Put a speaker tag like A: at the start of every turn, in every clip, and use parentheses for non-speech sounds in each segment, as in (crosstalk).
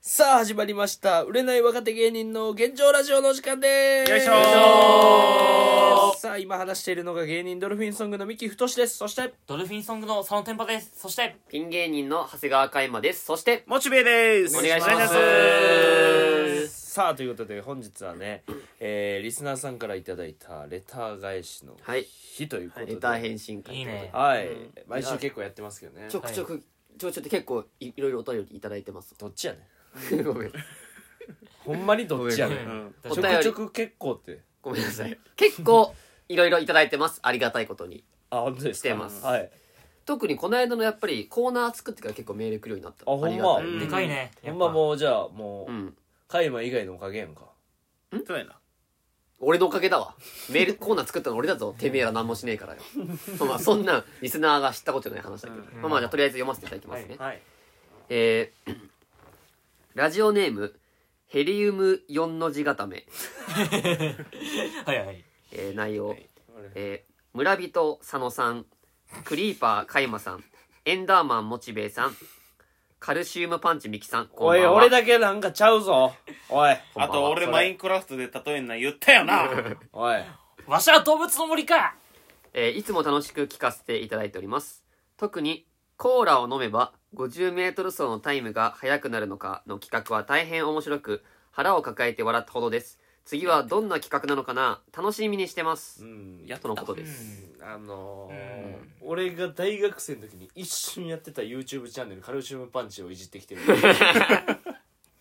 A: さあ始まりました売れない若手芸人の現状ラジオの時間です
B: よいしょ
A: さあ今話しているのが芸人ドルフィンソングの三木太志ですそして
C: ドルフィンソングの佐野天パです。そして、
D: ピン芸人の長谷川嘉馬です。そして、
B: モチベです
D: お願いします
A: さあということで本日はね、えーリスナーさんからいただいたレター返しの
D: はい
A: 日ということで、
D: レター返信会。
C: いいね。
A: はい、毎週結構やってますけどね。
D: ちょくちょく、ちょくちょくって結構いいろいろお便りいただいてます
A: どっちやねん
D: ごめん。
A: ほんまにどっちやね
C: うんん
A: ちょくちょく結構って
D: ごめんなさい。結構いろいろいただいてます。ありがたいことに。
A: あ本当ですか
D: してます
A: はい
D: 特にこの間のやっぱりコーナー作ってから結構メール来るようになった。
A: あほんま
D: りがたい
B: うん
C: でかいね。
A: ほんまもうじゃあも
D: う。
A: うんカイマ以外のおかげやんか
B: そうやな
D: 俺のおかげだわ。メールコーナー作ったの俺だぞ。てめえら何もしねえからよ。まあそんなんリスナーが知ったことない話だけど。
C: ん
D: まあまあじゃあとりあえず読ませていただきますね。
A: はい
D: えーラジオネーム、ヘリウム4の字固め。
C: はいはい。
D: えー内容、えー村人佐野さんクリーパーカイマさんエンダーマンモチベイさんカルシウムパンチミキさんこ
A: お
D: ん
A: い
D: ばんは
A: 俺だけなんかちゃうぞおい
D: こんばんはそれ
B: クラフトで例えんな言ったよな
A: おい
C: わしは動物の森か
D: えーいつも楽しく聞かせていただいております特にコーラを飲めば 50m 走のタイムが速くなるのかの企画は大変面白く腹を抱えて笑ったほどです次はどんな企画なのかな楽しみにしてます、
A: うんやっ
D: とのことです、
A: あのー
C: うん
A: 俺が大学生の時に一瞬やってた YouTube チャンネルカルシウムパンチをいじってきてる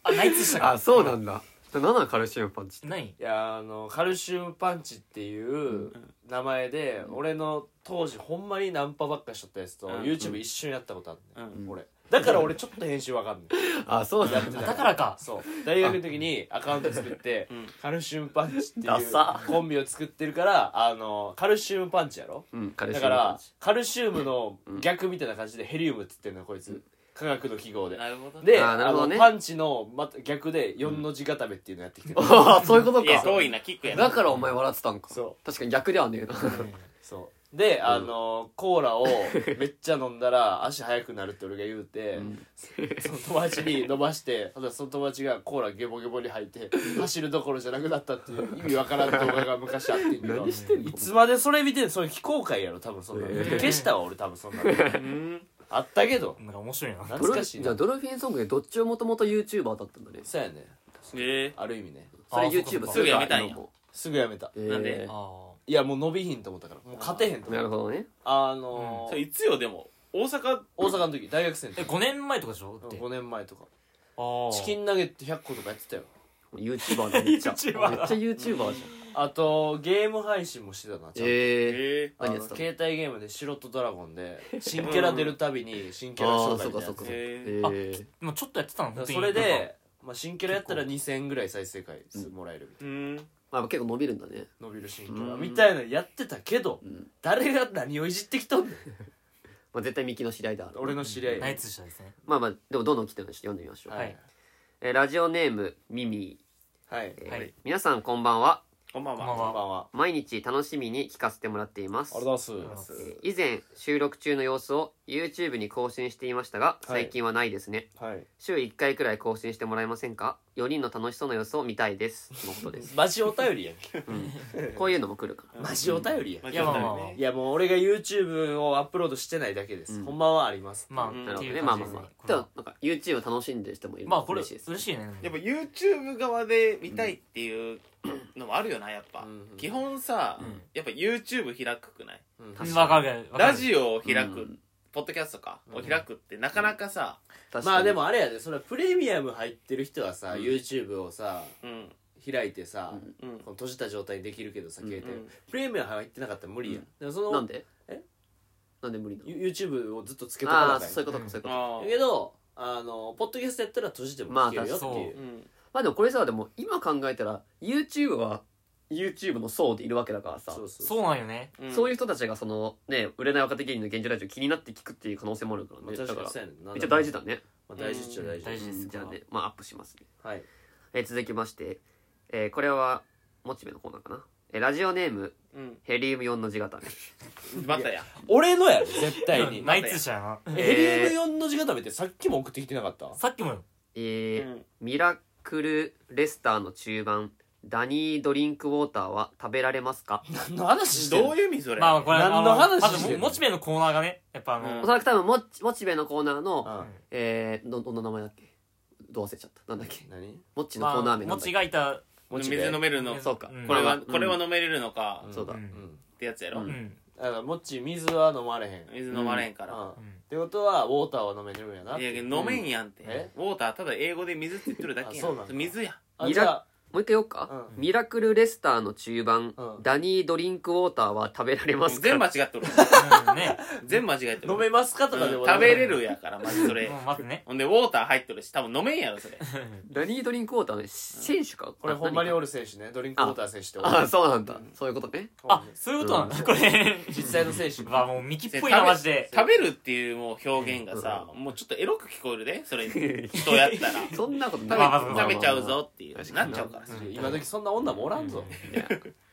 C: あ、ナイツでしたか
D: あそうなんだ何なのカルシウムパンチ
C: 何
A: いやあのカルシウムパンチっていう名前で、俺の当時ほんまにナンパばっかしとったやつと、
B: うん
A: YouTube 一瞬やったことあるね、
D: うん
A: 俺だから俺ちょっと編集わかんねい
D: あそう
A: や
D: な
A: っ
D: ん
A: てた
C: だからか。
A: そう大学の時にアカウント作って、
B: ん
A: カルシウムパンチってい
D: ダ
A: う
D: サ
A: コンビを作ってるからあのカルシウムパンチやろ
D: うんカルシ
A: だ
D: ウ
A: か
D: ムパン
A: ら
D: チ
A: カルシウムの逆みたいな感じでヘリウムって言ってんのよこいつ科学の記号で
B: なるほど
A: で
D: あーなるほどね
A: あのパンチのまた逆で4の字固めっていうのやってきてる、
D: ああそういうこと
B: いや
D: か
B: 遠いなキックや
D: だ
B: な
D: からお前笑ってたんか
A: そ
D: 確かに逆ではねえな
A: そうで、あのコーラをめっちゃ飲んだら足速くなるって俺が言うて、その友達に飲まして (laughs) ただその友達がコーラゲボゲボに入って走るどころじゃなくなったっていう意味わからん動画が昔あってんけど
D: 何してんの
A: いつまでそれ見てんのそれ非公開やろ多分そんなの、消したわ俺多分そんなの
B: うん
A: あったけど
C: なんか面白いな。
A: 懐かしい
D: じゃあ
A: な
D: ドルフィンソングでどっちももともと YouTuber だったんだね
A: そうやね
B: え
A: ある意味ね
D: それ
C: あーそう
D: YouTube
C: か
B: そうかすぐやめたんや
D: 今も
A: すぐやめた
D: えー
B: なんで
C: あ
A: いやもう伸びひんと思ったからもう勝てへんと思
D: な
A: っ
D: る
A: た
D: ほどね
A: あの
B: それ
A: ー
B: いつよでも大阪
A: 大阪の時大学生の
C: ーえ、
A: 時
C: 5年前とかでしょだって。
A: 5年前とか
C: あー
A: チキ。ンナゲット100個とかやってたよ
D: YouTuber だめっちゃめっち
C: YouTuber だ
D: ゃ YouTuber じゃん
A: あとゲーム配信もしてたなちゃんと
D: ええ
B: え
A: あの
D: 何やってたの
A: 携帯ゲームで「白とドラゴン」で新キャラ出るたび
D: (laughs)
A: に新キャラ紹
D: あー
A: 介
D: そ
A: みた
D: うか
A: いなやつ
D: そうかそうか
B: え
D: え
C: あ
D: ー
C: でもちょっとやってたの
A: だから
C: 本当
A: それ
C: に
A: で、まあ、新キャラやったら2000ぐらい再生回数もらえるみたい
B: うん
D: まあ結構伸びるんだね
A: な伸びる新キャラ
B: うん
A: みたいなのやってたけど
D: ん
A: 誰が何をいじってきとんねん
D: まあ絶対ミキの知り合いだ
A: 俺の知り合い
C: ナイツでしたですね。
D: まあまあでもどんどん来てるので読んでみましょう
A: は
C: はいい
D: えーラジオネームミミ
A: はい
D: ィえー
C: はい
D: 皆さんこんばんは
B: こんばん
C: こんばん
A: こ
B: は
A: んばんは
D: 毎日楽しみに聞かせてもらっています
A: ありがとうござい
C: ありがとうござい
A: ま
C: ますす
D: 以前収録中の様子を YouTube に更新していましたが
A: はい
D: 最近はないですね、
A: はい、
D: 週1回くらい更新してもらえませんか4人の楽しそうな様子を見たいですとのことです
A: マジお便りやんけ (laughs)
D: うんこういうのも来るから
A: マジお便りやん
B: まあ
C: いやまあまあ
B: ちょっと
A: いやもう俺が YouTube をアップロードしてないだけです、
D: うん
A: ほんまはあります
C: まあ、
B: うん
D: なる
C: っ
D: ほ
C: て
D: ど
C: い
D: ね
C: う
D: まあ
C: 感じ
D: まあ
C: ですねこれ
D: まあ。で
C: は
D: もなんか YouTube を楽しんでる人もいる
C: まあ、これ、
D: 嬉しいです
C: 嬉しいね。
B: やっぱ YouTube 側で見たいっていうのもあるよなやっぱ
A: うん
B: 基本さ
C: うん
B: やっぱ YouTube 開くくない
A: うん
D: 確
C: わかる。わかる
B: ラジオを開
D: う
B: く
D: ん
B: ポッドキャストかを開くってなかなかさ
D: 確かに
A: まあでもあれやでそれはプレミアム入ってる人はさ、
D: うん
A: YouTube をさ
B: うん
A: 開いてさ、
D: うん
B: うん
A: この閉じた状態にできるけどさ
D: うん
A: 携帯、
B: うん
A: プレミアム入ってなかったら無理や、
D: うん
A: でもその
D: なんで
A: え
D: なんで無理なの
A: YouTube をずっとつけとか
D: あ
A: な
D: あ
A: きゃい
D: そういうこと
C: う
D: か
C: ん
D: そういうことか
B: あ
A: だ
B: ー
A: けどあのポッドキャストやったら閉じても聞けるよっていう,、
C: まあ確
B: うん
D: まあでもこれさでも今考えたら YouTube は YouTube の層でいるわけだからさ
A: そうそう
C: そうなんよね。
B: うん
D: そういう人たちがそのね売れない若手芸人の現状ラジオ気になって聞くっていう可能性もあるから
A: まあ
D: ねだ
A: 確
D: か
A: からにそうやねんな
D: めっちゃ大事だね
A: まあ大事っちゃ大事、
C: うん大事です
D: うんじゃあねまあアップしますね
A: はい
D: えー続きまして、えーこれはモチベのコーナーかな、えーラジオネーム
B: うん
D: ヘリウム4の字型ね
B: またや
A: 俺のやろ絶対に
C: ナイツでしたよな。
A: ヘリウム4の字固めってさっきも送ってきてなかった
C: さっきもよ。
D: え
B: う
D: ー
B: ん
D: ミラクルレスターの中盤ダニードリンクウォーターは食べられますか
A: 何の話してん
B: ど
A: の
B: ういう意味それ
C: まあこれ
A: 何の話
C: あの
A: し
C: ま
A: てん
C: ず
A: の
C: モチベのコーナーがねやっぱあの、
B: うん
D: おそらく多分モチモチベのコーナーの、
A: うん
D: えー、どどんな名前だっけどう忘れちゃったなんだっけ
A: 何
D: モッチの
C: ま
D: コーナー
C: あ、
D: 名
C: モ
D: なんだ
C: チ
D: っけ、
C: がいた
A: モチ
B: 水
A: ベ
B: 飲めるの
C: 水
D: そうか、
C: うん
B: これ
D: う
B: は
D: ん
B: これは飲めれるのか
A: うん
D: そうだ、
C: うん
A: うん
B: ってやつやろ
A: う
C: うん
A: だからもっち水は飲まれへん
B: 水飲まれんか
A: うん
B: ら
C: うん
A: ってことはウォーターは飲めるんやない
B: や飲めんやんって
A: え
B: ウォーターただ英語で水って言ってるだけ
A: あ
B: や
A: そうなんだ
B: ん水や
A: あ
D: ミラ
A: じゃあ
D: もう一回言おうか、
A: う
D: ミラクルレスターの中盤、
A: うん
D: ダニードリンクウォーターは食べられますか
B: 全部間違っとる
C: うん
D: (laughs)
C: ね
B: 全部間違えてる
A: 飲めますか
B: う
A: と
B: ん
A: かでも
B: 食べれるやからまずそれ
C: もうまず
D: (laughs)
C: ね
B: ほんでウォーター入っとるし多分飲めんやろそれ
D: ダニードリンクウォーターの選手か、
A: これほんまに
D: あ
A: おる選手ねドリンクウォーター選手っておる
D: 何かあそうなんだ、そういうことね
C: あそういうことなんだ、これ
A: 実際の選手
C: (laughs) まあもうミキっぽいなマジで
B: 食べるっていうもう表現がさもうちょっとエロく聞こえるでそれ人やったら
D: そんなことない
C: まあまあまあまあ
B: 食べ食べちゃうぞっていう
D: 確か
B: な
D: に
B: っちゃうから
C: うん
A: 今時そんな女もおらんぞ
D: いや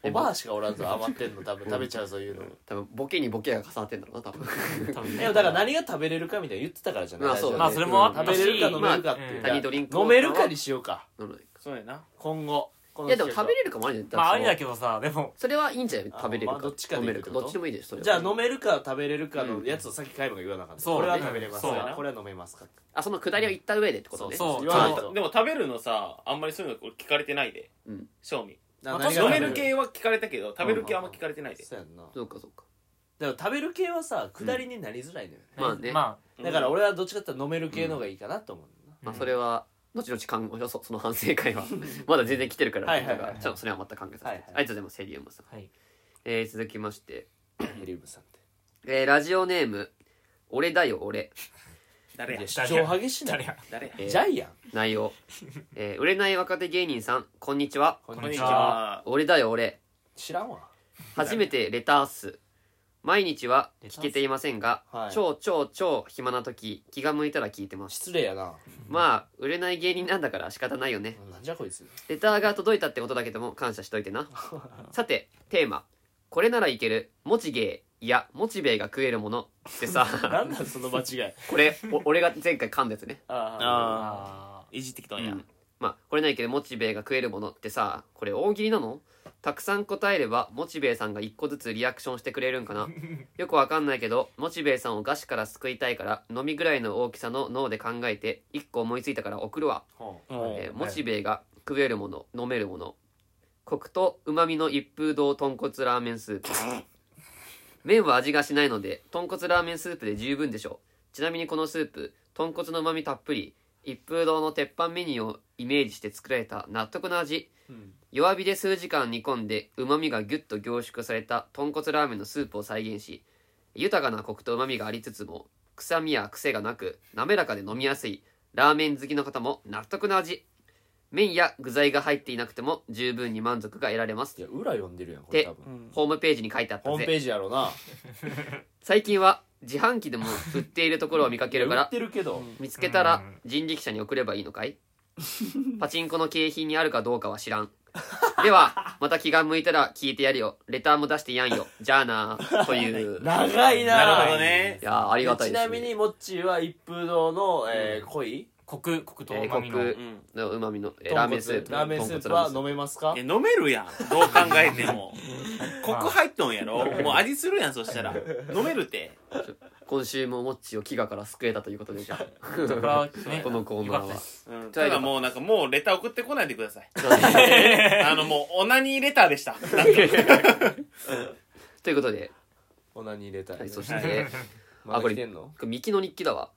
A: おばあしかおらんぞ余ってんの多分食べちゃうそういうの
D: 多分ボケにボケが重なってんだろうな多分 (laughs)
C: 多分
A: でもだから何が食べれるかみたいな言ってたからじゃない
D: まあそうだね
C: まあそれもあっ
A: 食
C: た
A: べ
C: し、
A: れるか飲めるかって
C: まあ
A: いう
D: 他人ドリンクウォ
A: 飲
D: ーターは
A: めるかにしようか
D: 飲まないか
B: そうやな
A: 今後
D: いやでも食べれるかもありじゃん
C: まあありだ
D: け
C: けどさでも
D: それはいいんじゃない
A: あ
D: 食べれる
A: ま
D: か
A: あどっちかで
D: 飲
A: いい
D: め
A: って
D: る
A: こと
D: かどっちでもいいでしょそれは
A: じゃあ飲めるか食べれるかのやつをさっき海馬が言わなかった
C: そう
A: これは食べれます
C: そう
B: やな
A: これは飲めますか
D: あそのくだりを言った上でってことね
C: そう
A: 言わない
B: で
A: と
B: も食べるのさあんまりそういうの俺聞かれてないで
D: うん
B: 正味
A: な
C: 私
A: 何が食
B: 飲
A: べ
B: め
A: れ
B: る系は聞かれたけど食べる系あんま聞かれてないで
A: そうやんな
D: そうかそうか
A: でも食べる系はさ下りになりづらいのよね
D: まあね
C: ま
A: だから俺はどっちかっていうと飲める系の方がいいかなと思うな
D: まあそれは後々考えようそその反省
A: (laughs)
D: 会はまだ全然来てるから
A: は
D: だ
A: いはいはい
D: からちょっとそれはまた考えさせて、
A: はいはい
D: ありがとうございますヘリウムさん、
C: あはい
D: えー、続きまして、
A: ヘリウムさんって
D: えー、ラジオネーム「俺だよ俺
B: 誰や
A: いや主張激しいな
C: 誰や
B: 誰や」
D: えー
A: ジャイアン
D: 内容、えー売れない若手芸人さんこんにちは
A: こ
C: ん
B: こんにち
C: は
B: は
D: 俺だよ俺
A: 知らんわ
D: 初めてレタース毎日は聞けていませんが、
A: レタースはい
D: 超超超暇な時気が向いたら聞いてます
A: 失礼やな
D: まあ売れない芸人なんだから仕方ないよね
A: なんじゃこいつ
D: レターが届いたってことだけども感謝しとい
A: (laughs)
D: てなさてテーマ「これならいけるモチゲーいやモチベーが食えるもの」って
A: (laughs)
D: さ
A: なんなんその間違い
D: これお俺が前回噛んだやつね、
A: あ
C: あ
B: いじってきたんや
D: うんまあこれならいけるモチベーが食えるものってさこれ大喜利なのたくさん答えればモチベーさんが1個ずつリアクションしてくれるんかなよくわかんないけどモチベーさんを餓死から救いたいから飲みぐらいの大きさの脳で考えて1個思いついたから送るわ
B: うん
D: えーモチベが食えるもの飲めるものコクとうまみの一風堂豚骨ラーメンスープ麺は味がしないので豚骨ラーメンスープで十分でしょうちなみにこのスープ豚骨のうまみたっぷり一風堂の鉄板メニューをイメージして作られた納得の味弱火で数時間煮込んでうまみがギュッと凝縮された豚骨ラーメンのスープを再現し豊かなコクとうまみがありつつも臭みや癖がなく滑らかで飲みやすいラーメン好きの方も納得の味麺や具材が入っていなくても十分に満足が得られます
A: いや裏読んでるやんこれ
D: で
A: 多分
D: ホームページに書いてあっ
A: ホ
D: た
A: ームペ
D: ぜ
A: ージやろうな
D: 最近は自販機でも売っているところを見かけるか
A: 売っ
D: ら
A: てるけど
D: 見つけたら
C: うん
D: 人力車に送ればいいのかい (laughs) パチンコの景品にあるかどうかは知らんではまた気が向いたら聞いてやるよレターも出してやんよじゃあな
A: (laughs)
D: というい
A: 長いな
B: なるほどね
D: やーありがたい
A: ち
D: で
A: な
D: す、
A: み
D: ね、
A: にモッチーは一風堂のえー恋
C: コクコクと
D: えー
C: うまみの、
D: コク
B: うん
D: のうまみのえー
A: 豚
D: ラー
A: 骨
D: メンスープ
A: ラーメンスープ
D: 豚骨ラ
A: は
D: ーメンスー
A: 飲めますか
B: いや飲めるやんどう考えてもコク入っとんやろもう味するやんそしたら飲めるって
D: プ今週もモッチーを飢餓から救えたということで
A: (laughs)
D: じゃあ
C: これはね
D: このコーナ
C: よ
D: ー
C: か
D: は
C: ったです
B: うんただもうなんかもうレター送ってこないでください
D: (laughs)
B: あのもうオナニーレターでしたなんか
D: ということで、
A: オナニー入れたい
D: はい、そし
B: は
D: て
A: ま
D: あ
A: だ
D: こ
A: 来
D: れ
A: てんの
D: これミキの日記だわ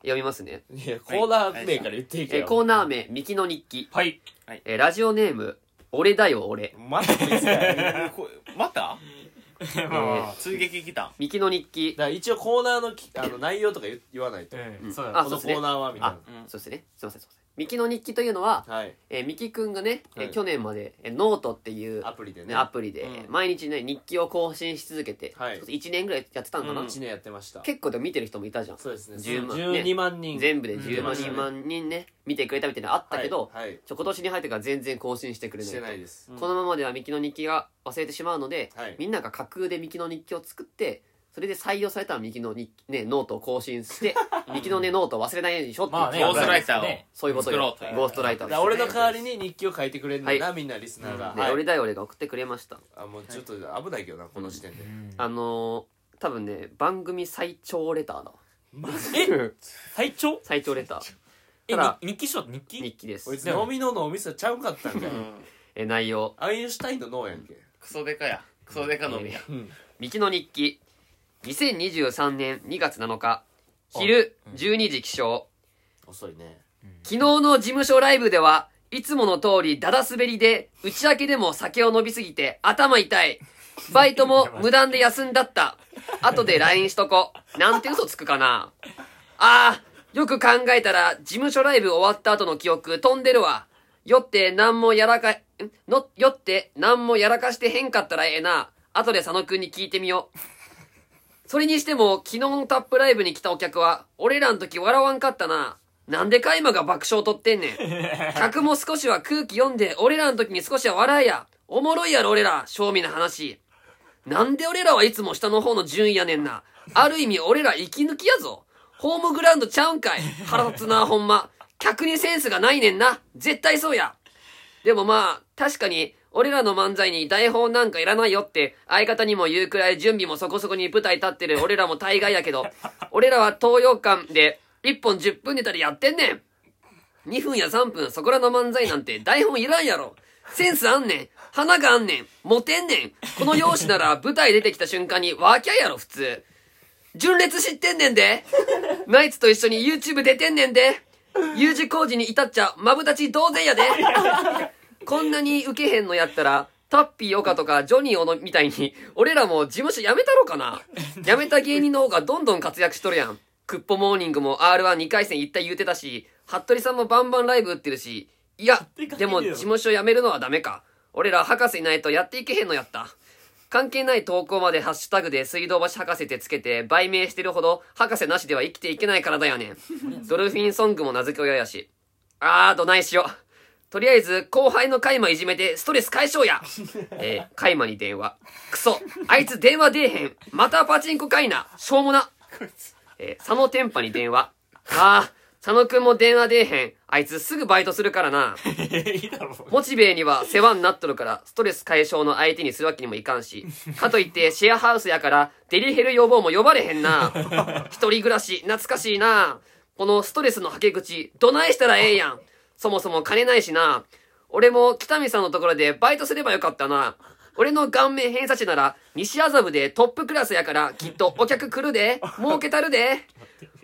D: 読みますね、
A: いやコーナー名から言っていけ
D: えー
A: よ
D: コーナー名ミキの日記、
C: はい
D: えーラジオネーム俺だよ俺
A: マジですかだか
B: こまた
C: (laughs) まあまあまあ
B: 追撃来たん
D: ミキの日記
A: ら一応コーナーのきあの内容とか言言わないと
C: うんそうだ
D: あ
A: こ
D: そう
A: の
D: です
A: コ
D: ね
A: ーナーはみたい
B: うん
D: そうですねすいませんすいませんミキの日記というのは、
A: なはい
D: えー、ミキくんがね、えー
A: はい
D: 去年まで、えーノートっていう
A: アプリで
D: ね
A: ね
D: アプリで、
B: うん
D: 毎日ね日記を更新し続けて、
A: はい
D: 1年ぐらいやってたのかな、
B: うん
A: 1年やってました
D: 結構でも見てる人もいたじゃん
A: そうですね
D: 10万
A: 12万人
D: 全部で
C: うん
D: 10万
A: 見てました
D: 2
A: ね
D: 万人ね見てくれたみたいなのあったけど、
A: はいはい
D: ちょ今年に入ってから全然更新してくれない
A: し
D: と
A: てないです
D: このままではミキの日記が忘れてしまうので、
A: はい
D: みんなが架空でミキの日記を作ってそれで採用されたら右のに、ね、ノートを更新して、右のね、ノートを忘れないようにしようっていう
C: まあね
B: ゴーストライターを
C: ね
D: そういうことよ
B: 作ろうという
D: ゴーストライター
A: だか
D: です
A: ら俺の代わりに日記を書いてくれるんだな、
D: は
A: みんなリスナーが、
D: で
A: はい
D: 俺だよ俺が送ってくれました
A: あもうちょっと危ないけどなこの時点で、
D: あのー多分ね番組最長レターだわ
C: え最長
D: 最長レター
C: え
D: ただ
C: に日記しよう日記
D: 日記です
A: こいつ飲みの脳みそちゃうかったんか
B: う
A: い
B: ん
D: え内容
A: アインシュタインの脳やんけ
B: クソデカやクソデカのみや
D: 「道の日記」2023年2月7日昼12時起床
A: 遅いね
D: 昨日の事務所ライブではいつもの通りダダ滑りで打ち明けでも酒を飲みすぎて頭痛いバイトも無断で休んだった後で LINE しとこなんて嘘つくかなあーよく考えたら事務所ライブ終わった後の記憶飛んでるわ酔って何もやらかんの酔って何もやらかしてへんかったらええな後で佐野くんに聞いてみようそれにしても、昨日のタップライブに来たお客は、俺らの時笑わんかったな。なんでカイマが爆笑取ってんねん。客も少しは空気読んで、俺らの時に少しは笑いや。おもろいやろ、俺ら、正味な話。なんで俺らはいつも下の方の順位やねんな。ある意味俺ら息抜きやぞ。ホームグラウンドちゃうんかい。腹立つな、ほんま。客にセンスがないねんな。絶対そうや。でもまあ、確かに、俺らの漫才に台本なんかいらないよって、相方にも言うくらい準備もそこそこに舞台立ってる俺らも大概やけど、 (laughs) 俺らは東洋館で1本10分ネタでやってんねん2分や3分そこらの漫才なんて台本いらんやろセンスあんねん花があんねんモテんねんこの容姿なら舞台出てきた瞬間にワーキャーやろ普通純烈知ってんねん (laughs) でナイツと一緒に YouTube 出てんねんで U 字工事に至っちゃマブダち同然や (laughs) でこんなに受けへんのやったら、タッピー岡とかジョニー小野みたいに、俺らも事務所辞めたろかな辞めた芸人の方がどんどん活躍しとるやん。クッポモーニングも R12 回戦一体言うてたし、服部さんもバンバンライブ打ってるし、いや、でも事務所辞めるのはダメか。俺ら博士いないとやっていけへんのやった。関係ない投稿までハッシュタグで水道橋博士ってつけて売名してるほど博士なしでは生きていけないからだよね。ドルフィンソングも名付け親やし。あー、どないしよう。とりあえず、後輩のカイマいじめて、ストレス解消や。えー、カイマに電話。クソ、あいつ電話出えへん。またパチンコかいな。しょうもな。えー、佐野天パに電話。あー、佐野くんも電話出えへん。あいつすぐバイトするからな。
C: (laughs) いいだろ
D: (laughs) モチベーには世話になっとるから、ストレス解消の相手にするわけにもいかんし。かといって、シェアハウスやから、デリヘル予防も呼ばれへんな。一人暮らし、懐かしいな。このストレスのはけ口、どないしたらええやん。そもそも金ないしな。俺も北見さんのところでバイトすればよかったな。俺の顔面偏差値なら、西麻布でトップクラスやから、きっとお客来るで、儲けたるで。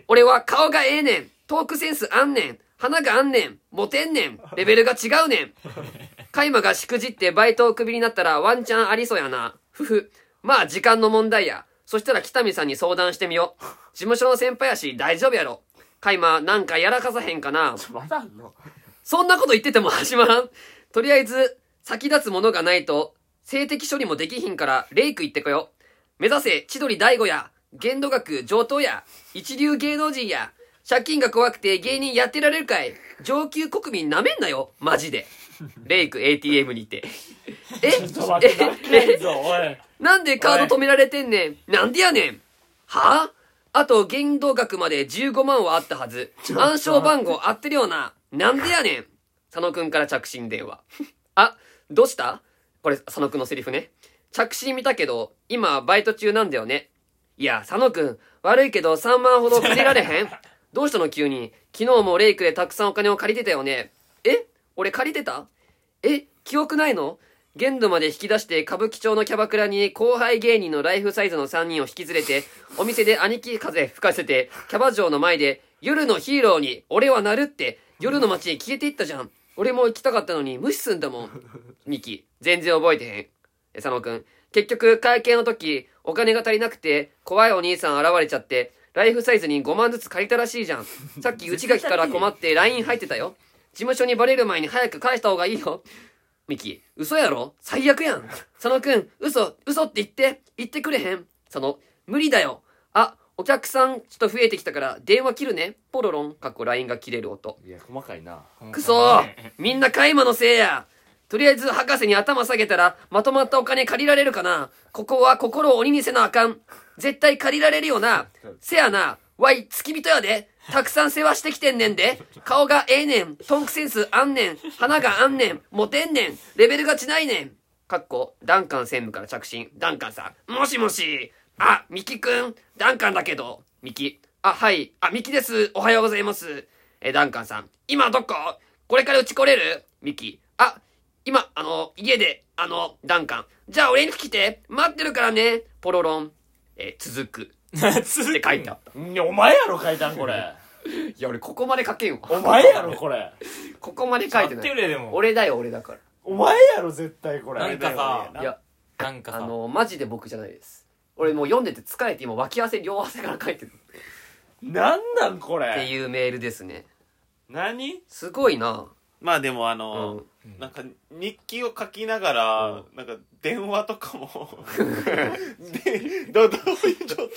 D: 俺は顔がええねん。トークセンスあんねん。花があんねん。モテんねん。レベルが違うねん。カイマがしくじってバイトをクビになったらワンチャンありそうやな。ふふ。まあ時間の問題や。そしたら北見さんに相談してみよう。事務所の先輩やし大丈夫やろ。カイマなんかやらかさへんかな。
A: まだあんの
D: そんなこと言ってても始まらん。とりあえず、先立つものがないと、性的処理もできひんから、レイク行ってこよ。目指せ、千鳥大悟や、限度額上等や、一流芸能人や、借金が怖くて芸人やってられるかい、上級国民なめんなよ、マジで。レイク ATM にて。えええ
A: ぞ (laughs) おい
D: なんでカード止められてんねん。なんでやねん。はぁ、あ、と、限度額まで15万はあったはず。暗証番号合ってるよな。なんでやねん。佐野くんから着信電話。あ、どうしたこれ、佐野くんのセリフね。着信見たけど、今、バイト中なんだよね。いや、佐野くん、悪いけど3万ほど借りられへんどうしたの急に。昨日もレイクでたくさんお金を借りてたよね。え俺借りてたえ記憶ないの限度まで引き出して歌舞伎町のキャバクラに後輩芸人のライフサイズの3人を引き連れて、お店で兄貴風吹かせて、キャバ嬢の前で、夜のヒーローに俺はなるって、夜の街へ消えていったじゃん。俺も行きたかったのに無視すんだもん。ミキ、全然覚えてへん。え佐野くん、結局会計の時、お金が足りなくて、怖いお兄さん現れちゃって、ライフサイズに5万ずつ借りたらしいじゃん。さっき内垣から困って LINE 入ってたよ。事務所にバレる前に早く返した方がいいよ。ミキ、嘘やろ最悪やん。佐野くん、嘘、嘘って言って、言ってくれへん。佐野、無理だよ。あ、お客さんちょっと増えてきたから電話切るね。ポロロン、かっこ LINE が切れる音。
A: いや細かいな
D: くそーみんなカイマのせいやとりあえず博士に頭下げたらまとまったお金借りられるかなここは心を鬼にせなあかん。絶対借りられるよな。せやな。わい、付き人やで。たくさん世話してきてんねんで。顔がええねん。トンクセンスあんねん。花があんねん。モテんねん。レベルがちないねん。かっこ、ダンカン専務から着信。ダンカンさん。もしもし。あ、ミキくん。ダンカンだけど。ミキ。あ、はい。あ、ミキです。おはようございます。え、ダンカンさん。今どここれからうち来れるミキ。あ、今、あの、家で、あの、ダンカン。じゃあ俺に来て。待ってるからね。ポロロン。えー続く。
C: っ
D: って書いてあった。
A: いやお前やろ書いたんこれ
D: (laughs) いや、俺ここまで書けんわ。
A: お前やろこれ
D: ここまで書いて
C: っ
D: な
C: て
D: い。
C: るよでも
D: 俺だよ、俺だから。
A: お前やろ絶対これ
C: なんかさ
D: いや、
C: なんか
D: あ
C: さ
D: の、マジで僕じゃないです。俺もう読んでて疲れて今脇汗両汗から書いてる。
A: なんなんこ
D: って
A: れ
D: いうメールですね。
B: 何
D: すごいな。
B: まあでもあ
D: う
B: の
D: ん。、
B: なんか日記を書きながら、なんか電話とかもでどどういう状態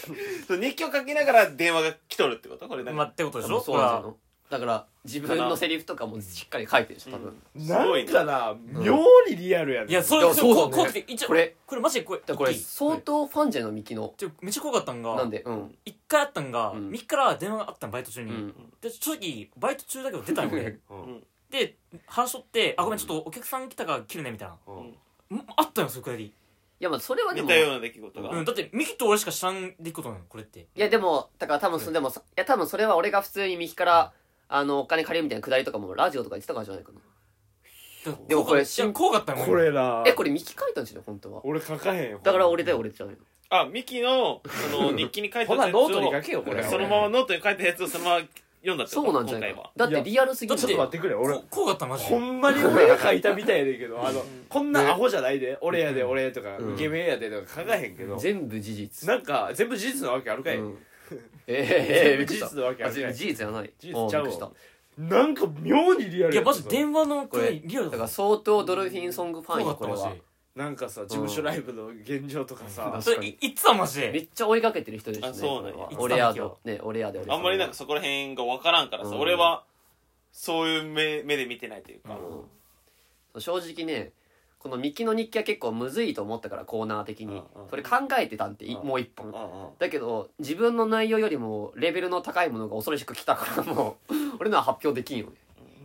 B: そう日記を書きながら電話が来とるってことこれなん
C: まあ
B: か
C: ってことでし
D: そ
C: ょ
D: うそうなの。だから、自分のセリフとかもしっかり書いてるでしょ、多
B: うん
D: 分。
B: すご
A: ないん
B: ね
A: かな妙にリアルやね
C: いや
D: い
C: そ
D: や
C: うそう
D: そ
C: こうこ
D: うだね
C: う来て一応
D: これ
C: これマジでこれ
D: だからこれ
C: 大きい
D: 相当ファンじゃないの、ミキの。
C: ちょめっちゃ怖かったんが
D: なんで、うん。
C: 一回あったんが
D: うん
C: ミキから電話があったんバイト中
D: う
C: に、
D: ん。
C: で正直バイト中だけど出たんよ
D: (laughs)
C: ね
A: うん
C: で話しとって「あごめんちょっとお客さん来たから切るね」みたいな
A: うん
C: んあったよそれくらい
D: いや、まあ、それはで
B: 似
D: も、
B: たよう
D: い
B: な出来事が、
C: うんだってミキと俺しか知らんでいくことなのこれって
D: や、でも、だから多分そ、でも、そいや、多分それは俺が普通にミキから、あの、お金借りるみたいなくだりとかも、ラジオとか言ってたからじゃないかな。でもこれ
C: いや怖かったよ
A: これな
D: え、これミキ書いたんじゃない本当は。
A: 俺書かへんよ
D: だから俺だよ、俺じゃないの。
B: あミキのその日記に書いて
A: ほ
B: た
A: な
B: やつ
A: ノートに書
B: を
A: けよこれ
B: そのままノートに書いたやつをそのまま読んだってこと
D: そうなんじゃない
B: 今
D: か。だってリアルすぎ
A: ちょ
D: る
A: っと待ってくれ俺
C: こ怖かったマジで
A: ほんまに俺が書いたみたいやねんけどあのこんなアホじゃないで俺やで俺とか
D: うん
A: イケメンやでとか書かへんけど
D: 全部事実。
A: なんか全部事実なわけあるかい
D: うんええ
A: 全部
D: びっくりした
A: 事実なわけあ
D: あ
A: るか
D: 全部
A: い
D: 事実じゃない。
A: 事実ちゃうわ
D: おびっくりした
A: なんか妙にリアル
C: いやマジ
A: で
C: 電話の
D: こ
C: こ
D: れ
C: れリアルだ
D: だから
C: か
D: 相当ドルフィンソングファン
C: 怖
D: よ、
C: か
D: こ
C: っ
D: れ
C: た
D: は
C: マジ。で
A: なんかさ事務所ライブの現状とかさ
D: 確
C: そ
D: か
C: れ
D: に
C: いいつはマジ
D: め
C: で
D: っちゃ追いかけてる人でしょ、ね。
B: あそうなんや
D: これはい
C: つだっけ
D: 俺やと。ね、俺やで俺。
B: あんまりなんかそこら辺が分からんからさ、
D: うん
B: 俺はそういう目目で見てないというか、
D: うん正直ねこのミキの日記は結構むずいと思ったからコーナー的に
A: うんうん
D: それ考えてたんでい
A: うん
D: もう一
A: うん
D: 本
A: うん
D: だけど自分の内容よりもレベルの高いものが恐ろしく来たからも (laughs) う俺のは発表できんよね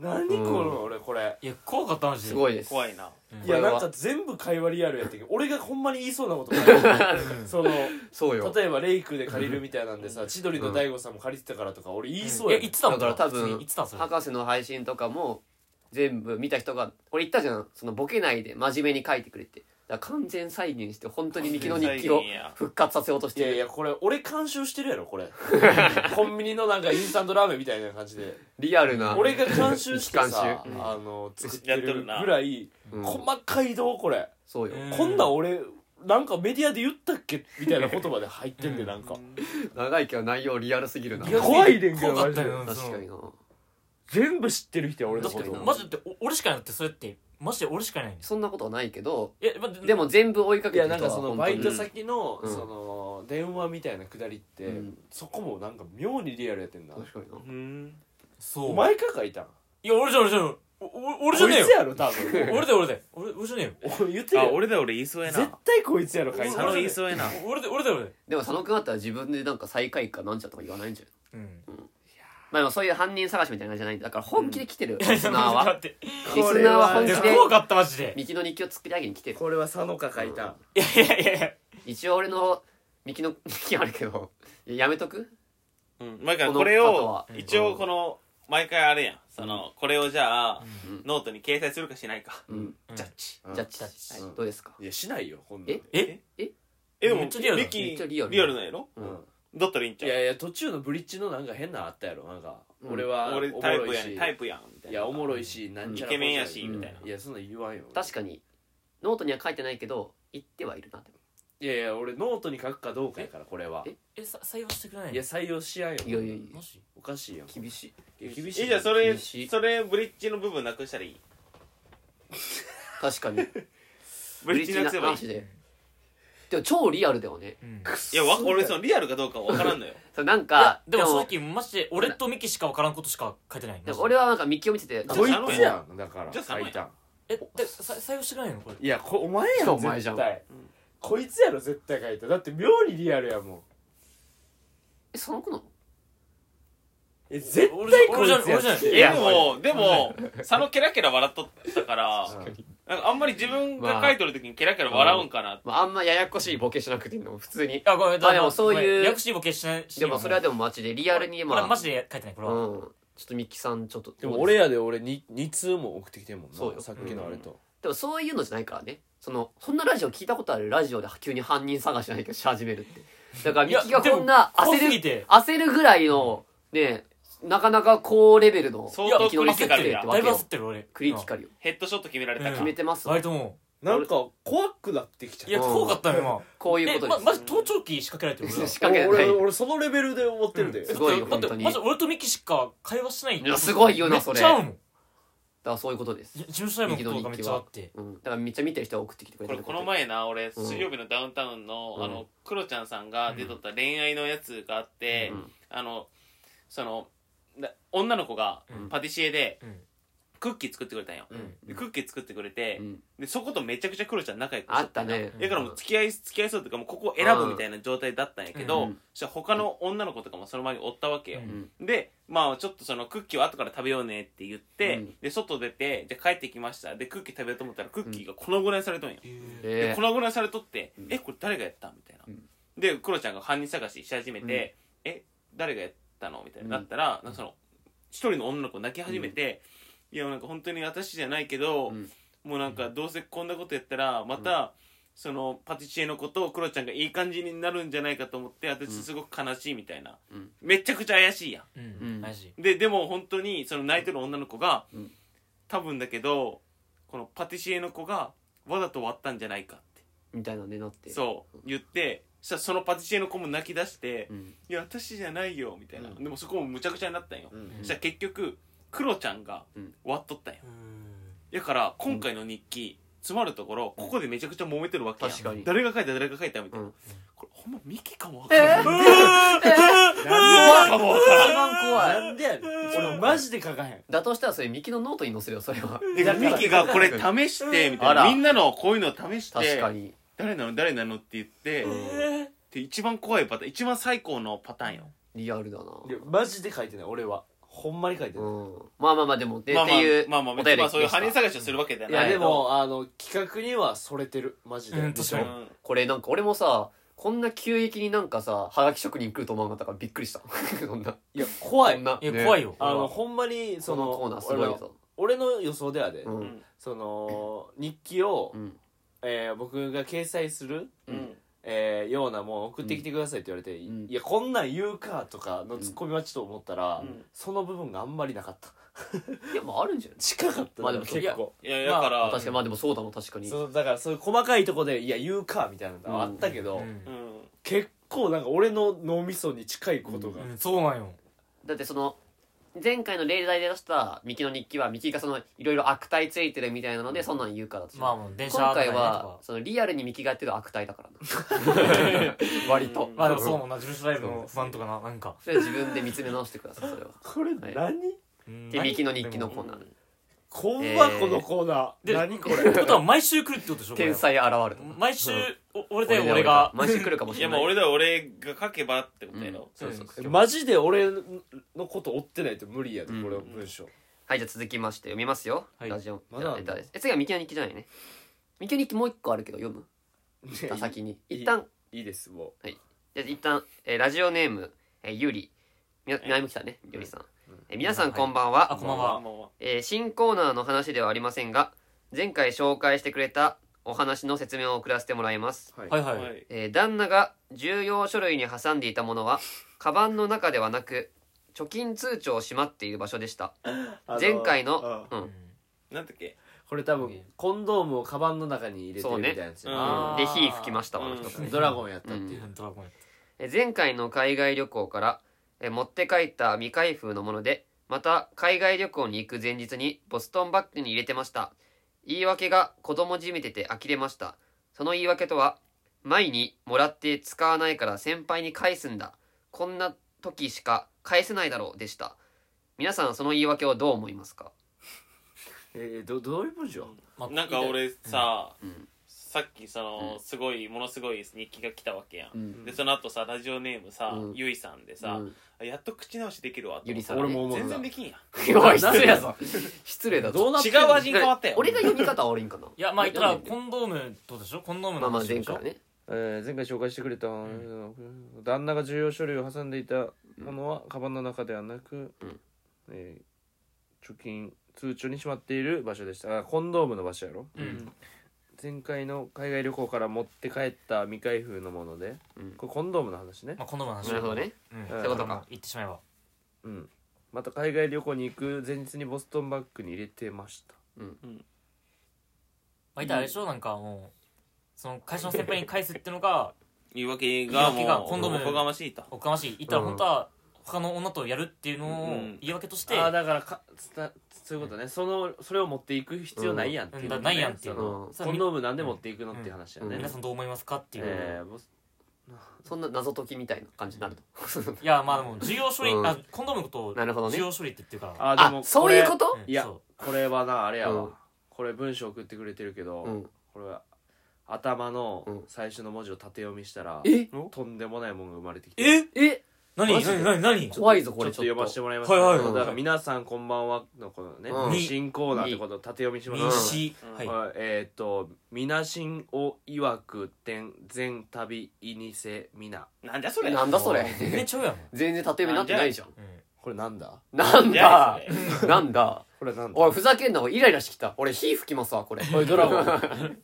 A: 何この俺これ
C: いや怖かったマジです
D: ごいです
B: 怖いない
A: や
D: これは
A: なんか全部会話リアルやったけど俺がほんまに言いそうなこと書いてあ (laughs) るその
D: そうよ
A: 例えばレイクで借りるみたいなんでさ千鳥の大悟さんも借りてたからとか俺言いそう
C: い
A: や
C: や
A: ねん
C: 言ってたもん
D: だから多分
C: 普通に言ってたそれ
D: 博士の配信とかも全部見た人が俺言ったじゃんそのボケないで真面目に書いてくれってだから完全再現して本当にミキの日記を復活させようとし
A: い
D: て
A: やい
D: る
A: やこれ俺監修してるやろ (laughs) これコンビニのなんかインスタントラーメンみたいな感じで
D: リアルな
A: 俺が監修して
D: 監修
A: さあの作ってるぐらい
D: うん
A: 細かいどうこれ
D: そうよ
C: うん
A: こんなん俺なんかメディアで言ったっけみたいな言葉で入ってんでなんか
D: 長いけど内容リアルすぎるな
A: や怖いねんけど
C: 怖かったよ
D: 確かに
C: そ
D: な
A: 全部知ってる人や俺
C: の
A: のこ
C: だって
A: と
D: 確かに
C: マジでお俺しかいなくてそれってマジで俺しかいないんです
D: そんなことはないけど
C: いやまで
D: でも全部追いか
A: い
D: けて
A: や
D: る
A: なん
D: 人
A: か
D: は
A: その
D: 本
A: バ
D: 当
A: イト
D: に
A: 先の
D: うん
A: その電話みたいなくだりって
D: うん
A: そこもなんか妙にリアルやってんだ
D: 確かにな
B: うん
C: そう
A: お前か書いたん
C: いや俺じゃん俺じゃんおお俺じゃねえ
A: こいつ
C: よ
A: やろ多分
C: 俺だよ俺だよ俺俺じゃねえよ
A: お言ってる
B: あ
A: やろ
B: 俺だよ俺言いそうやな
A: 絶対こいつやろ書い
B: 佐
A: た
B: 野
A: ん
B: 言いそうやな
C: 俺で俺だよ俺だよ
D: でも佐野くんだったら自分でなんか最下位かなんちゃとか言わないんじゃない
C: うん
D: まあでもそういう犯人探しみたいなのじゃないんだだから本気で来てるリ
C: いや
D: スナーは
C: (laughs) 待って
D: リスナーは
A: こ
D: 本気
A: れ
C: い
A: は
C: や
D: で
C: 怖かったマジで
D: ミキの日記を作り上げに来てる
A: これは佐野か書いたん
C: いやいやいやいや
D: 一応俺の (laughs) ミキの日記あるけどいややめとく
B: うん前から
D: この
B: これ
D: 方
B: を
D: は
B: 一応この毎回あれやんそのこれをじゃあ
D: うん
B: ノートに掲載するかしないか
D: うん
C: うん
B: ジャッジ
A: うん
D: ジャッジタ
A: う
D: ッ
A: ん
D: チどうですか
A: いやしないよこんなん
D: え
C: え
B: えでも
C: めっちゃリアルだ
B: ミキ
D: めっちゃリアル
B: リアルなんやろ
A: うん
B: だったらいいんち
A: い
B: ゃう
A: やいや途中のブリッジのなんか変なのあったやろなんか
D: うん
A: 俺は
B: 俺
A: おも
B: タイ
A: ろ
B: プ
A: い
B: や
A: し
B: んタイプやんみたいない
A: やおもろいしなんちゃら
B: イケメンやし
D: みたい
B: ない
A: やそんなん言わんよ
D: 確
A: か
D: かにノートには書いてないけど言ってはいるなでも
A: いやいや俺ノートに書くかどうかやからこれは
D: え
C: えさ採用してくれないの
A: いや採用しやんよ
D: いやいやいや
C: マジ
A: おかしいやん
D: 厳しい
A: いや厳しい
B: えじゃあそれ
D: 厳しい
B: それブリッジの部分なくしたらいい
D: 確かに
B: ブリッジなくせばいい
D: ブリッジなしででも超リアルだよね
C: うん
B: いやわ俺そのリアルかどうかは分からんのよ
D: そうなん
C: いや
D: か
C: でも正直マジで俺とミキしか分からんことしか書いてない
D: でも俺はなんかミキを見てて
A: こいつやんだから
B: じゃあ
A: 書
B: 佐野
A: いたん
C: えでさ採用してくれないのこれ
A: いやこお前や
D: そう
A: ろ
D: お前じゃん
A: 絶対
B: うん
A: こいつやろ絶対書いただって妙にリアルやもん
D: えその子なの
A: え絶対こいつやつ
C: 俺じゃない俺じゃない
B: で
A: や
B: も、でも、佐野ケラケラ笑っとったから、なんかあんまり自分が書いとる時にケラケラ笑うんかなって。
D: まあ、あんまややこしいボケしなくていいの普通に
C: あごめんだから
D: でもそういう
C: ごめん略しボケしないし
D: でもそれはでもマジでリアルに
C: こ
D: ま
C: れ
D: あ
C: マジで書いてないこれは、
D: うんちょっとミッキーさんちょっと
A: でも俺やで俺 2, 2通も送ってきてんもん
D: そうよ
A: なさっきのあれと、
D: でもそういうのじゃないからねそのそんなラジオ聞いたことあるラジオで急に犯人探しないけどし始めるってだから
C: い
D: ミッ
C: や
D: キーがこんな
C: でも怖す
D: 焦
C: ぎ
D: る
C: て
D: 焦るぐらいのねなかなか高レベルの
B: 相当
D: 生き残
B: ク
D: り
B: リティカル
D: 設定っ
B: や
D: て。
C: だ
D: わ
C: い
D: け
C: ぶ
D: よ
C: 焦ってる俺
D: クリティカルよ
B: ヘッドショット決められた
C: うん
B: から
D: 決め。てます
C: 割とも
A: なんか怖くなってきち
C: うい
A: ゃ
C: や
A: う
C: 怖かったよ今
D: こういう
C: え
D: こと
C: ま
D: です、
C: マジ盗聴器仕掛けられてる俺ら
D: 仕掛けな
A: 俺
D: い
A: 俺そのレベルで思ってるで、
C: うん
D: すごいよ
C: だって
D: 本当に
C: マジ俺とミキしか会話しない
D: いやすごいよなそれ
C: めっちゃ合うもん
D: だからそういうことです
C: 事務所のことがめっちゃあって
D: うん、だからめっちゃ見てる人は送ってきてくれ
B: こ
D: て
B: れ
D: る
B: この前な俺水曜日のダウンタウンの、
D: うん
B: あのクロちゃんさんが出とった恋愛のやつがあって、
D: うん
B: あのそのな女の子が
C: うん
B: パティシエで
C: うん
B: クッキー作ってくれたんよ、
C: うん
B: でクッキー作ってくれて、
D: うん
B: でそことめちゃくちゃクロちゃん仲良くしと
D: あ
B: たん
D: っ
B: よ
D: たね
B: だからもう付き合い付き合いそうというかもうここを選ぶみたいな状態だったんやけ
D: う
B: ど、
D: ん
B: そしたら他の女の子とかもその前におったわけよ、
C: うん
B: でまあちょっとそのクッキーを後から食べようねって言って、
D: うん
B: で外出てじゃあ帰ってきましたでクッキー食べようと思ったらクッキーがこのぐらいされとんよ、で
D: え
B: 粉々にされとって「えこれ誰がやった?」みたいな、
D: うん
B: でクロちゃんが犯人探しし始めて「え誰がやったの?」みたいになったら、なんかその一人の女の子泣き始めて「いやなんか本当に私じゃないけど、
D: うん
B: もうなんかどうせこんなことやったらまた、そのパティシエのことをクロちゃんがいい感じになるんじゃないかと思って私すごく悲しいみたいな、
D: うん
B: めちゃくちゃ怪しいやん
C: うんマジ
B: ででも本当にその泣いてる女の子が、
D: うん
B: 多分だけどこのパティシエの子がわざと割ったんじゃないかって
D: みたいなねなって
B: そう言ってそしたらそのパティシエの子も泣き出して
D: うん
B: 「いや私じゃないよ」みたいな、
D: うん
B: でもそこもむちゃくちゃになったんよ、
A: うん
B: そしたら結局クロちゃんが
D: うん
B: 割っとったんよ
C: うん
B: だから今回の日記、詰まるところここでめちゃくちゃ揉めてるわけやん
D: 確かに
B: 誰が書いた誰が書いたみたいな、
D: うん
B: これほんまミキかもわからんない、
A: なんで
B: かもわからん
D: 一番怖
A: ないんでやねん俺マジで書かへん
D: (laughs) だとしたらそれミキのノートに載せるよそれは
B: でミキがこれ試してみたい
D: あ
B: な
D: ら
B: みんなのこういうのを試して
D: 確かに
B: 誰なの誰なのって言って、で一番怖いパターン一番最高のパターンよ
D: リアルだない
A: やマジで書いてない俺はほんまに書いて
D: う
A: ない、
D: んまあまあまあでもで
B: ま
D: っ
B: あ
D: て
B: まあ
D: いう
B: まあまあ
D: お
B: 別に
D: 便り
B: まあそういう
D: で
B: 犯人
D: した
B: 探しをするわけじゃ
A: い
B: な
A: や
B: い
A: でもあの企画にはそれてるマジで、
C: うん
A: でし
B: う
A: ょ
C: 確か
B: ん
D: これなんか俺もさこんな急激になんかさはがき職人来ると思わなかったからびっくりした (laughs) そんない
A: や怖
D: こん
A: い
D: ない
C: や怖い
D: よ
C: よ
A: あのほんまに
D: そ
A: そ
D: の
A: の
D: コーナーすごいよと
A: 俺の俺の予想ではで、
D: う
B: うん
D: ん
A: その日記を、
D: うん
A: えー僕が掲載する、
B: うん
A: えーようなもん送ってきてくださいって言われて、
D: ん
A: いやこんなん言うかとかのツッコミはちょっと思ったら、
B: うん
A: その部分があんまりなかった
D: いやまああるんじゃない
A: 近かった
D: まあ
A: で
D: で
A: も
D: もそう
A: 結構
B: いやだから、
D: あ確かにまあでもそうだもん確かに
A: そうだからそういう細かいとこでいや言うかみたいなのがあったけど、
C: うん
B: うん
A: 結構なんか俺の脳みそに近いことが、
C: うんそうなんよ
D: だってその前回の例題で出したミキの日記はミキがそのいろいろ悪態ついてるみたいなのでそんなん言うからだと
C: まあもう電車
D: 今回
C: とかねと
D: は
C: か
D: そのリアルにミキがやってる悪態だからな割と
C: まあでもそうもんな事務所ライブの不安とかななんか
D: それ自分で見つめ直してくださいそれは
A: これ
D: はい
A: 何、
C: うん
D: でミキの日記のコーナー
A: こん
D: え
A: な
D: ー
A: このコーナー、
C: で
A: 何こ
C: って
A: れ
C: ことは毎週来るってことでしょこれ
D: 天才現ると
C: 毎週お俺だよ俺が
D: 毎週来るかもし
B: い
D: れ
B: や
D: な
B: ま
D: い
B: あ俺だよ俺が書けばってことやろ、
D: そうそうそう
A: マジで俺のこと追ってないと無理やで、これ文章
D: はいじゃあ続きまして読みますよ
C: はい
D: ラジオ
A: まだあんの
D: レターですえ次はミキの日記じゃないねミキの日記もう一個あるけど読む
A: いや
D: 先に
A: いい
D: 一旦
A: いいですも
D: じゃあ一旦、えーラジオネーム、えーゆりみな南部北ねゆりさん、えー皆さんこんばんは、
C: あこんばんは
B: ま
D: えー新コーナーの話ではありませんが前回紹介してくれたお話の説明を送らせてもらいます、
A: うはい、
C: はい
B: あ
C: は
B: はいい
D: えー旦那が重要書類に挟んでいたものはカバンの中ではなく貯金通帳をしまっている場所でした
A: あの
D: 前回の
A: うん
D: うん、
B: なんだっけ
A: これ多分コンドームをカバンの中に入れて
D: そ
A: る
D: う
A: み
D: ね
A: たいなやつや
B: うん
A: な
D: で火吹きましたわあの人
B: うん
A: ドラゴンやったっていう、
C: うんドラゴンやった
D: えー前回の海外旅行からえー持って帰った未開封のものでまた海外旅行に行く前日にボストンバッグに入れてました言い訳が子供じみてて呆れましたその言い訳とは前にもらって使わないから先輩に返すんだこんな時しか返せないだろうでした皆さんその言い訳をどう思いますか
A: えーどどういう文章
C: まあ
B: なんか俺さ、
D: ん
B: さっきその、
D: うん
B: すごいものすごい日記が来たわけやん、
D: うん
B: でその後さラジオネームさ、
D: うん
B: ゆいさんでさ、やっと口直しできるわと思
D: ゆり
B: って
D: さん
A: 俺も思う
B: 全然できんやん
D: おい失礼やぞ失礼だ
A: (laughs)
D: ぞ
A: どうなってん
B: 違
A: の
B: う味に変わったよ
D: 俺が読み方悪いんかない
C: やまあ言ったら
D: ま
C: コンドームどうでしょうコンドーム
D: あ
C: の
D: まあ
C: 話
D: 前
C: でしょ、
D: 回ね
E: えー前回紹介してくれた、旦那が重要書類を挟んでいたものは、カバンの中ではなく、
D: うん
E: えー貯金通帳にしまっている場所でしたあコンドームの場所やろ
C: うん
E: 前回の海外旅行から持って帰った未開封のもので、
D: うん
E: これコンドームの話ね
C: まあ、コンドームの話
D: なるほどね
C: うん
E: そう
D: いうことか
C: 言ってしまえば
E: うんまた海外旅行に行く前日にボストンバッグに入れてました
C: まあ言ったらあれでしょなんかもうその会社の先輩に返すっていうのが
B: 言い訳がも
C: 言
B: う
C: い訳が今度も
B: おこがましいと
C: おかましい言ったら本当は他の女とやるっていうの
B: う
C: を
B: ん
C: 言い訳として、
A: ああ
C: だ
A: だからかつたそういうことねそのそれを持っていく必要ないやんっていうことね、
C: うんないやんっていう
A: その
D: うん
A: コンドームなんで持っていくのっていう話やね、
D: うん
C: 皆さんどう思いますかっていう、
A: えーボス
D: そんな謎解きみたいな感じになるの
C: いやまあでも重要処理、
D: うん
C: あコンドームのことを
D: なるほどね
C: 重要処理って言ってるから、
A: あで
D: あ
A: も
D: そういうこと
C: うん
A: いや
C: そう
A: これはなあれやわ、
D: うん
A: これ文章送ってくれてるけど、
D: うん
A: これは頭
D: う
A: の
D: ん
A: 最初の文字を縦読みしたら、
D: え
A: とんでもないものが生まれてきてちょっ
C: え
D: え
C: 何
D: マジで
C: 何何何
D: 怖いぞことれちょっと
A: 読ませてもらいますね、
C: はいはい
D: はい
A: だから皆さんこんばんはのこのね、
D: うん
A: 新コーナーってことを縦読みしま
C: 民
A: す、
C: 主、
B: うん
C: はい、
A: はいえーっ、と「みなしんをいわく点全旅いにせみな
B: なんじゃそれ
D: なんだそれ
C: 全 (laughs) 然ちゃうやん、
D: 全然縦読みになってないじゃん」
A: これなんだ
D: なん
B: じゃあ
D: だなんだ
A: これなんだ
D: おいふざけんなおいイライラしてきた俺火吹きますわこれ
A: おいドラゴン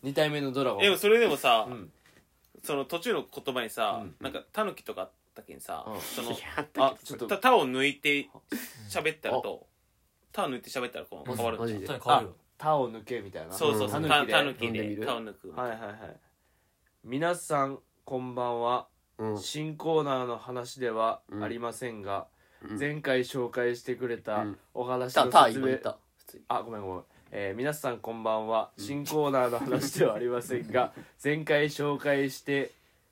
A: 2 (laughs) 体目のドラゴン
B: でもそれでもさ、
A: うん
B: その途中の言葉にさ、
A: うん
B: なんかタヌキとかあったけにさ、
A: うん
B: その
A: あちょっと
B: たタを抜いて喋ったらとタを抜いて喋ったらこう変わるん
D: マ
B: じゃ
D: ジ
B: ん
D: で
C: 本当に変わるよ
A: 「た」を抜けみたいな
B: そうそうそううんタタヌ
A: 狸
B: キ
D: で飲んで
B: で
D: みる
B: タを抜く
A: はいはいはい皆さんこんばんは
D: うん
A: 新コーナーの話では
D: うん
A: ありませんが、
D: うん
A: 前回紹介してくれ
D: う
A: た
D: ん
A: お話
D: た
A: の
D: た
A: 説
D: 今
A: 明、
D: 言った普通に
A: あごめんごめん、えー皆さんこんばんは新コーナーの話ではありませんが前回紹介して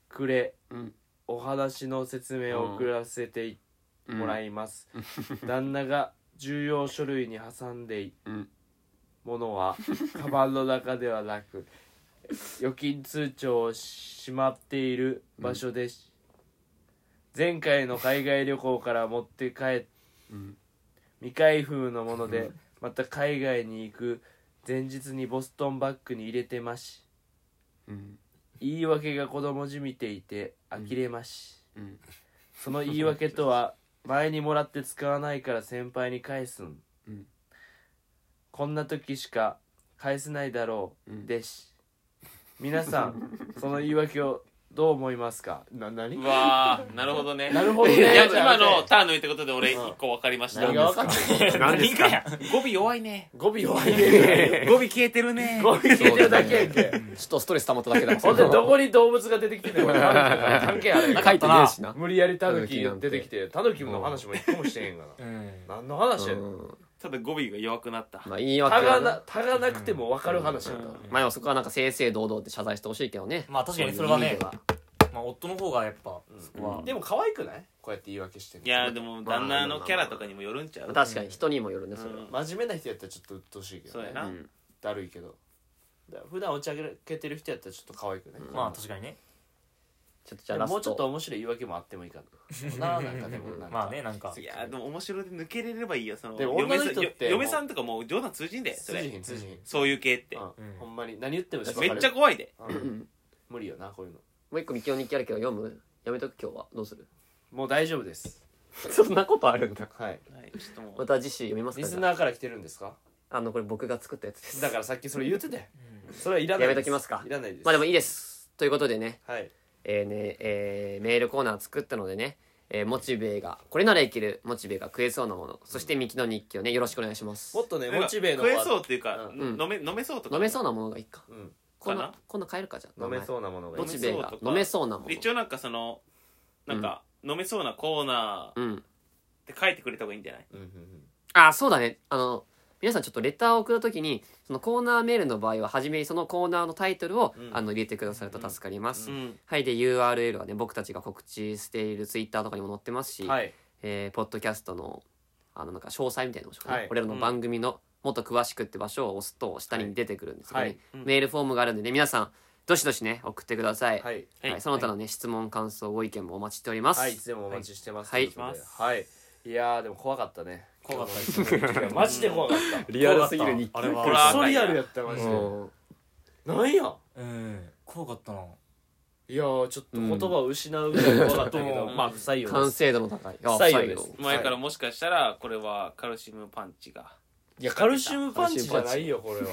A: くれ
D: うん
A: お話の説明を送らせてもらいます、旦那が重要書類に挟んでい
D: うん
A: ものはカバンの中ではなく預金通帳をしまっている場所でし、前回の海外旅行から持って帰っ
D: うん
A: 未開封のものでまた海外に行く前日にボストンバッグに入れてまし
D: うん
A: 言い訳が子供じみていて呆れまし、
D: うん
A: その言い訳とは前にもらって使わないから先輩に返すん、
D: うん
A: こんな時しか返せないだろう、
D: うん
A: でし皆さんその言い訳をどう思いますか (laughs) な何
B: うわーなるほどね
A: なるほどね
B: いや
A: じゃあ
B: 今のタ抜いたことで俺一個分かりました
A: 何が分かった (laughs)
D: 何ですか
C: 何がや
B: 語尾弱いね
A: 語尾弱いね
B: (laughs) 語尾消えてるね
A: 語尾消えてるだけやんけ
D: ちょっとストレス溜まっただけだもん
A: ほんでどこに動物が出てきてるのか
D: (laughs)
A: 関係ある
D: 書いてねえしな
A: 無理やりタヌキ出てきてタヌキの話も一個もしてへんが
C: う
A: な、
C: ん
A: 何の話やねん、
D: うん
B: ただ語尾が弱くなった
D: まあ言い訳
A: たが
D: はな
A: なたがなくても分かる話やった、
B: うん
D: まあでもそこはなんか正々堂々って謝罪してほしいけどね
C: まあ確かにそれはね
D: そういう意味で
C: まあ夫の方がやっぱそこは
A: でも可愛くないこうやって言い訳してんの
B: いやーでも旦那のキャラとかにもよるんちゃう
D: は確かに人にもよるね
B: う
D: それは
B: ん
A: 真面目な人やったらちょっと鬱陶しいけど
B: そう
A: ね
B: やな
D: うん
A: だるいけどだ普段打ち上げてる人やったらちょっと可愛くない、
C: まあ確かにね
D: ちょっとじ
A: で
D: ゃあ
A: も
D: ラ
A: もう
D: ス
A: ちょっと
D: ト
A: 面白い言い訳もあってもいいか (laughs) なななんかでもなんか
C: まあねなんか
B: いやーでも面白いで抜けれればいいよその
A: でも女の人
B: 嫁さん
A: って
B: よ嫁さんとかもう冗談通じんでそ
A: 通じひ
B: れ
A: ん通じひん
B: そういう系って
A: うん
C: うん
A: ほんまに何言っても
B: めっちゃ
A: 分
B: 怖いで
A: かるうん無理よなこういうの
D: もう一個ミキオ日記あるけど読むやめとく今日はどうする
A: もう大丈夫です
D: そんなことあるんだ
A: はい
B: はいちょっとも
D: ま
B: う
D: た次週読みます
A: リ
D: か
A: ス
D: じゃ
A: ナーから来てるんですか
D: ああのこれ僕が作ったやつです
A: だからさっきそれ言っててそれはいらない
D: やめ
A: です
D: ときますか
A: いらないです
D: まあでもいいですということでね
A: はい
D: えーねえーメールコーナー作ったのでねえーモチベがこれならいけるモチベが食えそうなものそしてミキの日記をねよろしくお願いします
A: もっとねモチベの
B: 食えそうっていうか、
A: うん
B: 飲め飲めそうとか
D: 飲めそうなものがいいか
A: う、うん、
D: こん
B: か
D: な
B: な
D: こんな買えるかじゃあ
A: 飲めそうなものがい
D: モ
A: い
D: チベ
B: 飲め
D: が
B: そうとか
D: 飲めそうなもの
B: 一応なんかそのなんか飲めそうなコーナーっ
D: うん
B: て書いてくれた方がいいんじゃない
A: うんうんうん
D: あそうだねあの皆さんちょっとレターを送るときにそのコーナーメールの場合は初めにそのコーナーのタイトルを、
A: うん
D: あの入れてくださると助かります、
B: うん
D: はいで URL はね僕たちが告知しているツイッターとかにも載ってますし、
A: はい
D: えーポッドキャストのあのなんか詳細みたいなのを、
A: はい
D: 俺らの番組のもっと詳しくって場所を押すと下に出てくるんですよね、
A: はい
B: うん
D: メールフォームがあるんでね皆さんどしどしね送ってください、
A: はい
D: はいその他のね、質問感想ご意見もお待ちしております、
A: はいいつでもお待ちしてます
D: は
A: と
D: い
A: いうことではいいやーでも怖かったね怖かった (laughs) ですマジで怖かった (laughs)
D: リアルすぎる日記
C: あれは
B: これは
A: クソリアルやったマジで
D: うん
A: なんや
C: うん怖かったない
A: やーちょっと言葉を失うぐらい怖かったけど、
C: うん
A: まあ不採用で
D: 完
A: す
D: 成度の高い
A: 不採用です
B: 前からもしかしたらこれはカルシウムパンチが
A: いやカルシウムパンチじゃないよこれは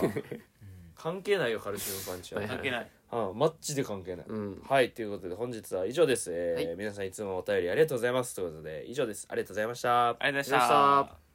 A: 関係ないよカルシウムパンチは、
D: はい
B: 関係ない
A: うんマッチで関係ない、
D: うん
A: はいということで本日は以上です、えー
D: は
A: 皆さんいつもお便りありがとうございますということで以上ですありがとうございました
B: ありがとうご
D: ありがとうございました
B: た